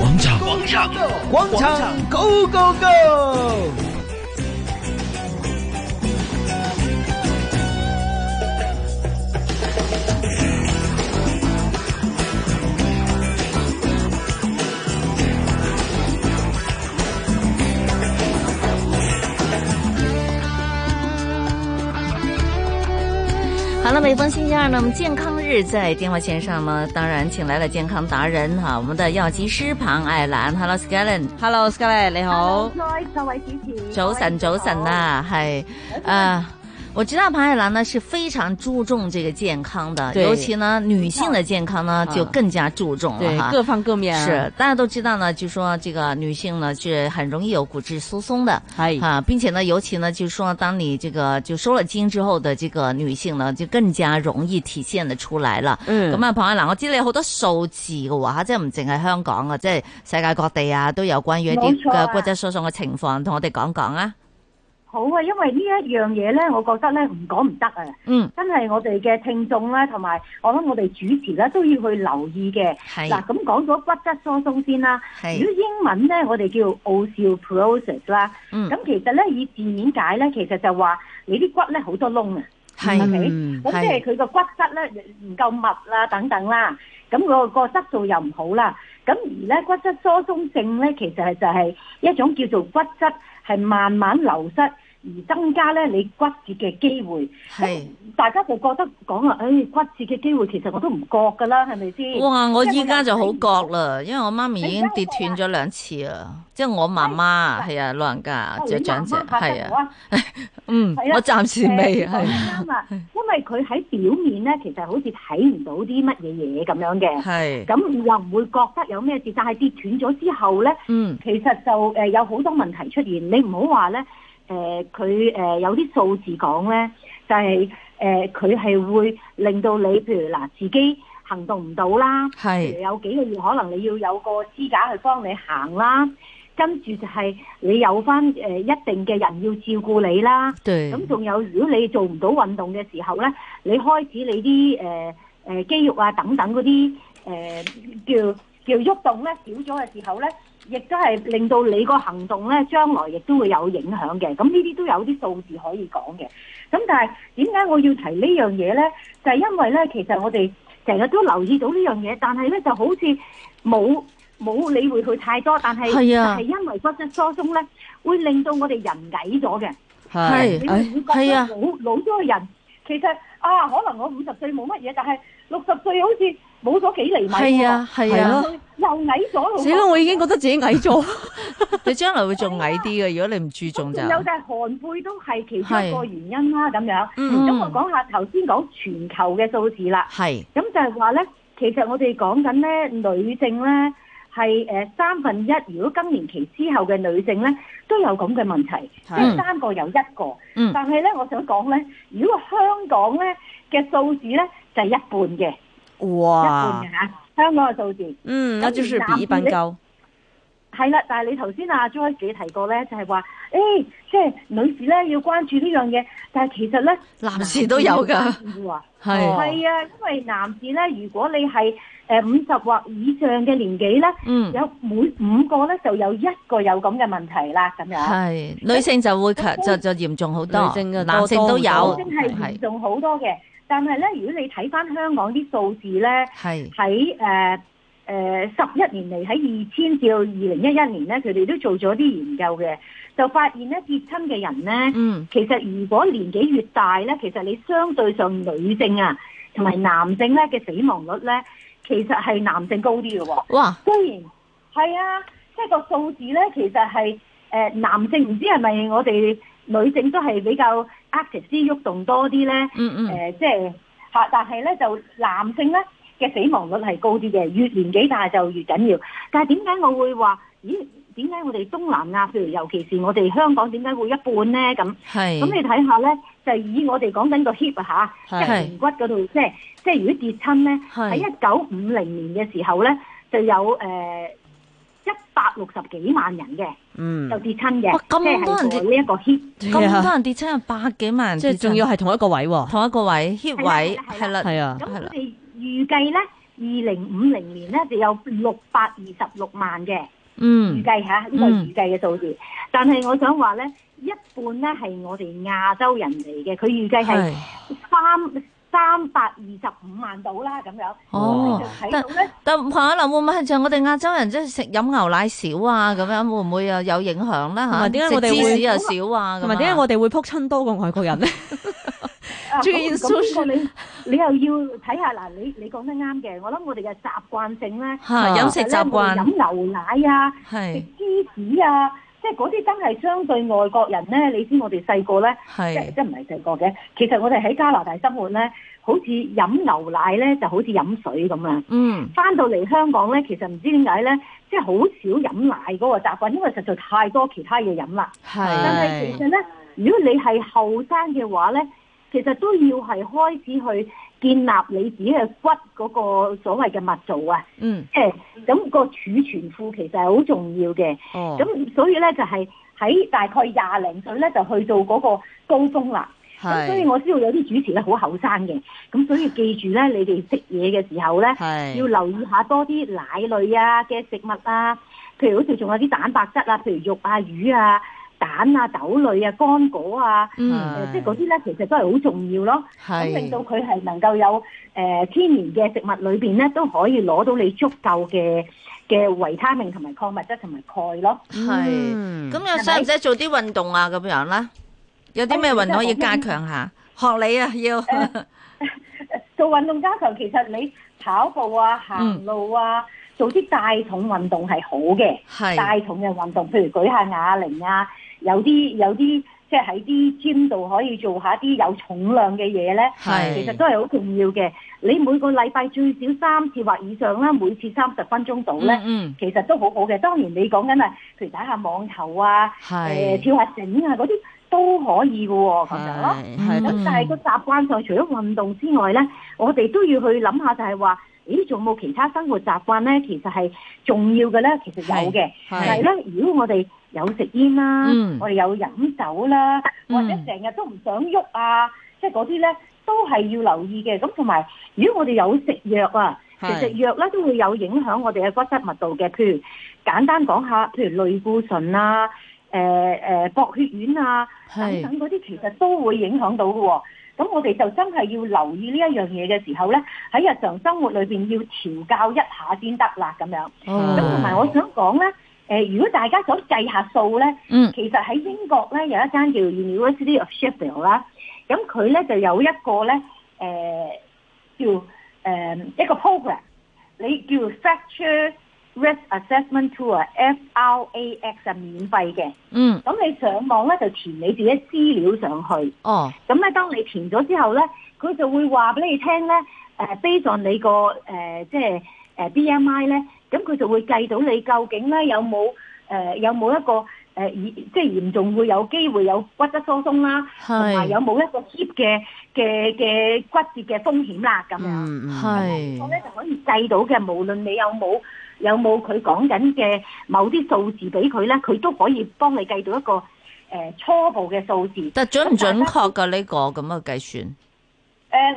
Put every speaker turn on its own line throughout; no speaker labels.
广场，广场，
广场 Go Go Go！
好了，每逢星期二呢，我们健康日在电话线上呢，当然请来了健康达人哈，我们的药剂师庞爱兰，Hello Scarlett，Hello Scarlett，你好，
各位主持，
早晨早晨啊，系啊。我知道庞爱兰呢是非常注重这个健康的，
对啊
尤其呢女性的健康呢就更加注重了
对
哈，。
各方各面啊
是，大家都知道呢，就说这个女性呢是很容易有骨质疏松的，
哎
啊，并且呢，尤其呢，就是说，当你这个就收了经之后的这个女性呢，就更加容易体现得出來啦。
嗯
咁啊，龐愛蘭，我知你有好多數字嘅喎，即係唔淨係香港啊，即係世界各地啊都有關於一啲
冇錯啊
嘅骨質疏鬆嘅情況，同我哋講講啊。
好啊！因為呢一樣嘢咧，我覺得咧唔講唔得啊！
嗯，
真係我哋嘅聽眾咧，同埋我諗我哋主持咧都要去留意嘅。
係
嗱，咁講咗骨質疏鬆先啦。如
係
果英文咧，我哋叫 osteoporosis 啦。
嗯
咁其實咧，以字面解咧，其實就話你啲骨咧好多窿啊。
係
嗯
咁即係佢個骨質咧唔夠密啦，等等啦，咁個個質素又唔好啦。咁而咧骨質疏鬆症咧，其實係就係一種叫做骨質係慢慢流失而增加咧你骨折嘅機會。
係。
大家就覺得講話，誒、骨折嘅機會其實我都唔覺噶啦，係咪先？
哇！我
即係
依家
有
就好
睇唔到
覺啦，因為我媽咪已經跌斷咗兩次啊，即係我媽媽係啊，老人家
哦
即係
你
長者
慢慢拍
係
得
啊
我，
嗯，
係啊
我暫時未
誒
係
講啱啊，因為佢喺表面咧，其實好似睇唔到啲乜嘢嘢咁樣嘅。
係
咁又唔會覺得有咩事，但係跌斷咗之後咧，
嗯
其實就誒、呃有好多問題出現。你唔好話咧，誒佢誒有啲數字講咧，就係誒佢係會令到你譬如嗱自己行動唔到啦，譬如
係
有幾個月可能你要有個支架去幫你行啦，跟住就係你有翻誒、呃一定嘅人要照顧你啦。
對
咁仲有，如果你做唔到運動嘅時候咧，你開始你啲誒誒肌肉啊等等嗰啲誒叫叫喐動咧少咗嘅時候咧，亦都係令到你個行動咧將來亦都會有影響嘅。咁呢啲都有啲數字可以講嘅。咁但係點解我要提呢樣嘢咧？就係、因為咧，其實我哋成日都留意到呢樣嘢，但係咧就好似冇冇理會佢太多，但係
係啊
就係因為骨質疏鬆咧，會令到我哋人矮咗嘅。
係
你
唉
會
係
覺
啊
得老老咗嘅人，其實啊，可能我五十歲冇乜嘢，但係六十歲好似冇咗幾厘米喎，
係啊係
係
啊
咯，
又矮咗。
死啦！我已經覺得自己矮咗，
你將來會仲矮啲嘅，如果你唔注重就
仲有就係寒背都係其中一個
係
原因啦，咁樣。
嗯
咁我講下頭先講全球嘅數字啦，
係
咁就係話咧，其實我哋講緊咧女性咧。係誒三分一，如果更年期之後嘅女性咧，都有咁嘅問題，即係
嗯
三個有一個。
嗯
但係咧，我想講咧，如果香港咧嘅數字咧就係、一半嘅，
哇
一半嘅，嚇，香港嘅數字
嗯，那就是比一般高，
係啦。但係你頭先阿 Joyce 你提過咧，就係話誒，即係女士咧要關注呢樣嘢，但係其實咧
男士哦都有㗎，
哇
係
係啊，因為男士咧，如果你係誒五十或以上嘅年紀咧，
嗯
有每五個咧就有一個有咁嘅問題啦，咁樣。
係女性就會強就就嚴重好多
女，性嘅多
男性都有
多好
真係嚴
係
重好多嘅。但係咧，如果你睇翻香港啲數字咧，
係
喺誒誒十一年嚟，喺二千至到二零一一年咧，佢哋都做咗啲研究嘅，就發現咧跌親嘅人咧，
嗯
其實如果年紀越大咧，其實你相對上女性啊同埋男性咧嘅死亡率咧，其實係男性高啲嘅喎。
哇
雖然係啊，即係個數字咧，其實係誒、呃男性唔知係咪我哋女性都係比較 active 啲、喐動多啲咧？誒、
嗯嗯
即係嚇，但係咧就男性咧嘅死亡率係高啲嘅，越年紀大就越緊要。但係點解我會話？咦？點解我哋東南亞，譬如尤其是我哋香港，點解會一半咧？咁
係
咁你睇下咧，就以我哋講緊個 hip 啊嚇，即
係
係盆骨嗰度，即係即係如果跌親咧，喺
係
一九五零年嘅時候咧，就有誒一百六十幾萬人嘅
嗯
就，跌親嘅
哇，咁
即係
多人跌
做呢一個 hit，
係啊
咁 多人跌親，有百幾萬人
即
跌親，
係仲要係同一個位喎，
同一個位 hit 位
係啦
係啦，
係啊，
咁
係啦
我哋預計咧二零五零年咧就有六百二十六萬嘅。預
嗯
計嚇，呢個係
嗯
預計嘅數字。但係我想話咧，一半咧係我哋亞洲人嚟嘅，佢預計係
係
三三百二十五萬到啦咁樣。
哦
就睇到咧，
但可能會唔會係像我哋亞洲人即係食飲牛奶少啊咁樣，會唔會又有影響咧
同
嚇？
埋點解我哋
食芝
會
士又少啊？咁
同埋點解我哋會撲親多過外國人咧？
啊
最
咁
social-
咁呢個你你又要睇下嗱，你你講得啱嘅，我諗我哋嘅習慣性咧，
嚇飲啊食習慣
其實呢我哋飲牛奶啊。食
係
芝士啊，即係嗰啲真係相對外國人咧，你知我哋細個咧，即係
係
即係唔係細個嘅，其實我哋喺加拿大生活咧，好似飲牛奶咧就好似飲水咁啊。
嗯
翻到嚟香港咧，其實唔知點解咧，即係好少飲奶嗰個習慣，因為實在太多其他嘢飲啦。
係
真
但係其實咧，如果你係後生嘅話咧，其實都要係開始去建立你自己嘅骨嗰個所謂嘅密度啊，
嗯，
即係咁個儲存庫其實係好重要嘅。
哦，
咁所以咧就係、喺大概廿零歲咧就去到嗰個高峰啦。咁所以
係
我知道有啲主持咧好後生嘅，咁所以記住咧，你哋食嘢嘅時候咧，要
係
留意下多啲奶類啊嘅食物啊，譬如好似仲有啲蛋白質啊，譬如肉啊、魚啊、蛋啊、豆類啊、乾果啊，
嗯
誒
係
即係嗰啲咧其實都係好重要咯。咁
係
令到佢係能夠有誒、呃天然嘅食物裏邊咧，都可以攞到你足夠嘅嘅維他命同埋礦物質同埋鈣咯。
係。
嗯
咁又使唔使做啲運動啊？咁樣啦，有啲咩運動可以加強下？學你啊，要
做運動加強，其實你跑步啊、行路啊，做啲帶重運動係好嘅。
係
帶重嘅運動，譬如舉下啞鈴啊，有啲有啲即係喺啲 gym 度可以做下啲有重量嘅嘢咧，
係
其實都係好重要嘅。你每個禮拜最少三次或以上啦，每次三十分鐘
Ừ,
到咧，
嗯嗯
其實都好好嘅。當然你講緊啊，譬如打下網球啊，誒、
係
跳下繩啊嗰啲都可以嘅喎、咁樣咯。
係
嗯
係
咁但係個習慣上，除咗運動之外咧，我哋都要去諗下，就係話，咦，仲有冇其他生活習慣咧？其實係重要嘅咧，其實有嘅。但
係
係咧，如果我哋有食煙啦，
嗯
我哋有飲酒啦，
嗯
或者成日都唔想喐啊，即係嗰啲咧，都係要留意嘅。咁同埋，如果我哋有食藥啊，其
係
實藥咧都會有影響我哋嘅骨質密度嘅。譬如簡單講下，譬如類固醇啊，誒、誒薄血丸啊。等
係
等嗰啲其實都會影響到嘅喎、咁我哋就真係要留意呢一樣嘢嘅時候咧，喺日常生活裏邊要調教一下先得啦咁樣。
Ờ. 嗯
咁同埋我想講咧，誒、如果大家想計下數咧，
嗯
其實喺英國咧有一間叫 University of Sheffield 啦，咁佢咧就有一個咧誒、呃叫誒、呃一個 program，你叫 Fracture Risk Assessment Tour（FRAX） 係免費嘅。
嗯
咁你上網咧就填你自己資料上去，
哦
咁咧當你填咗之後咧，佢就會話俾你聽咧，誒、based on 你個誒、呃即係誒 BMI 咧，咁佢就會計到你究竟咧有冇誒、呃有冇一個誒、呃嚴即係嚴重會有機會有骨質疏鬆啦，同埋有
係
冇一個 hip 嘅嘅嘅骨折嘅風險啦咁樣。
Ừ.
嗯嗯
我
係
咧就可以計到嘅，無論你有冇有冇佢講緊嘅某啲數字俾佢咧，佢都可以幫你計到一個誒、呃初步嘅數字。誒、
但準唔準確㗎呢個咁嘅計算？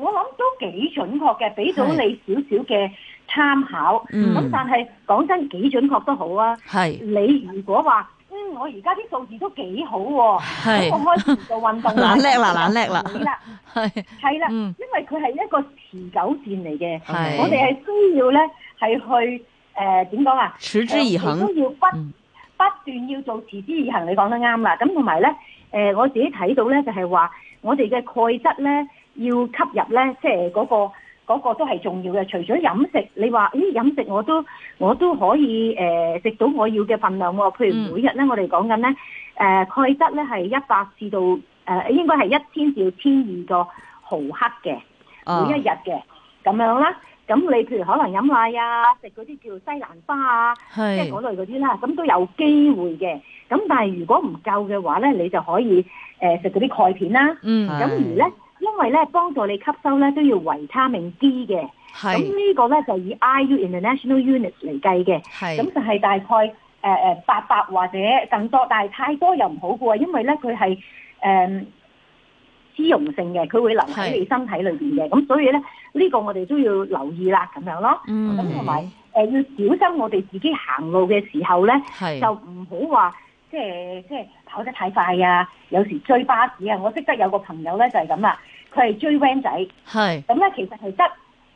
我諗都幾準確嘅，俾到
係
你少少嘅參考。
嗯
咁、但係講真幾準確都好啊！
係
你如果話嗯，我而家啲數字都幾好喎、咁
係
我開始做運動
懶叻啦懶叻啦
你啦，
係
係啦，
嗯
因為佢係一個持久戰嚟嘅。
係
我哋係需要咧係去誒點講啊？
持之以
我
恒
哋，都要不
嗯
不斷要做持之以恒，你講得啱啦。咁同埋咧誒，我自己睇到咧就係話，我哋嘅鈣質咧要吸入咧，即係嗰個。嗰個都係重要嘅，除咗飲食，你話咦飲食我都我都可以誒、呃食到我要嘅份量喎、譬
嗯
如每日咧，我哋講緊咧誒鈣質咧係一百至到誒、呃、應該係一千至到千二個毫克嘅。
啊
每一日嘅咁樣啦。咁你譬如可能飲奶啊，食嗰啲叫西蘭花啊，即係嗰
係
類嗰啲啦，咁都有機會嘅。咁但係如果唔夠嘅話咧，你就可以誒食嗰啲鈣片啦。
嗯
咁而咧，因為咧幫助你吸收咧都要維他命 D 嘅。咁
係
呢個咧就以 IU International Unit 嚟計嘅。
係
咁就係大概誒誒八百或者更多，但係太多又唔好嘅喎，因為咧佢係誒呃脂溶性嘅，佢會留喺
係
你身體裏邊嘅。咁所以咧，呢、個我哋都要留意啦，咁樣咯。
Ừ.
嗯
咁同埋誒要小心我哋自己行路嘅時候咧，
係
就唔好話即係即係跑得太快啊！有時追巴士啊，我識得有個朋友咧就係咁啦，佢係追 van 仔，
係
咁咧其實係得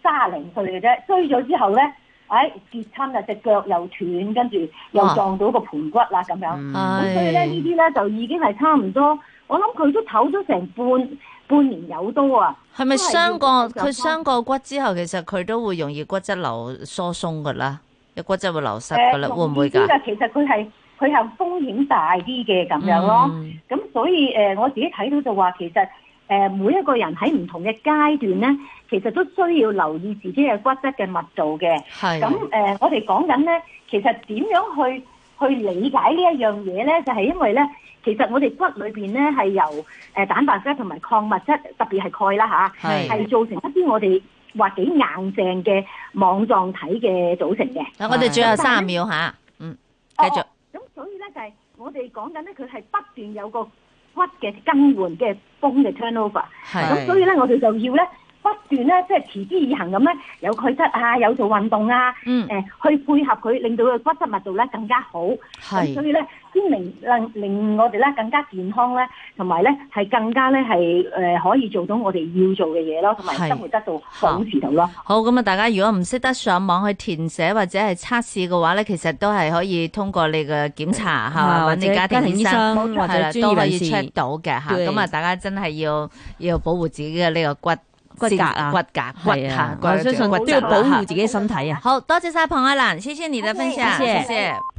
卅零歲嘅啫，追咗之後咧，唉、跌親啊，隻腳又斷，跟住又
哇嗯
撞到個盤骨啦咁樣。
嗯
咁所以咧呢
係
啲咧就已經係差唔多，我諗佢都唞咗成半半年有多啊。
係咪
都係
傷
要
過
繼續
佢傷過骨之後，其實佢都會容易骨質流疏鬆噶啦，有骨質會流失噶啦，
誒
會唔會
同
㗎？
意思就其實佢係佢係風險大啲嘅咁樣咯。
嗯
咁所以誒、呃我自己睇到就話其實誒、呃每一個人喺唔同嘅階段咧，其實都需要留意自己嘅骨質嘅密度嘅。
係
咁誒、呃我哋講緊咧，其實點樣去去理解呢一樣嘢咧？就係、因為咧，其實我哋骨裏邊咧係由誒、呃蛋白質同埋礦物質，特別係鈣啦吓，
係
係造成一啲我哋話幾硬淨嘅網狀體嘅組成嘅。
嗱，我哋最後三十秒吓，嗯，繼續
哦咁所以咧就係、我哋講緊咧，佢係不斷有個骨嘅更換嘅風嘅 turnover。
係
咁所以咧，我哋就要咧不斷咧，即係持之以恒咁咧，有鈣質啊，有做運動啊，誒、
嗯
去配合佢，令到佢骨質密度咧更加好。咁所
係
以咧，先令令令我哋咧更加健康咧，同埋咧係更加咧係誒可以做到我哋要做嘅嘢咯，同埋
係
生活質素保持到咯。
好咁啊！大家如果唔識得上網去填寫或者係測試嘅話咧，其實都係可以通過你嘅檢查嚇，
嗯啊或
揾
者
你家庭醫生。
生或
係
者
啦，
專業
都可
人
以
士
check 到嘅嚇。
對
咁啊，大家真係要要保護自己嘅呢個骨
骨骼啊
骨骼骨
係
嚇
啊，
骨
我相信
骨
都要
骼
保
啦
護
嚇
自己身體啊。
好多謝晒彭愛蘭，謝謝你的分享，
OK，
謝
謝謝
謝。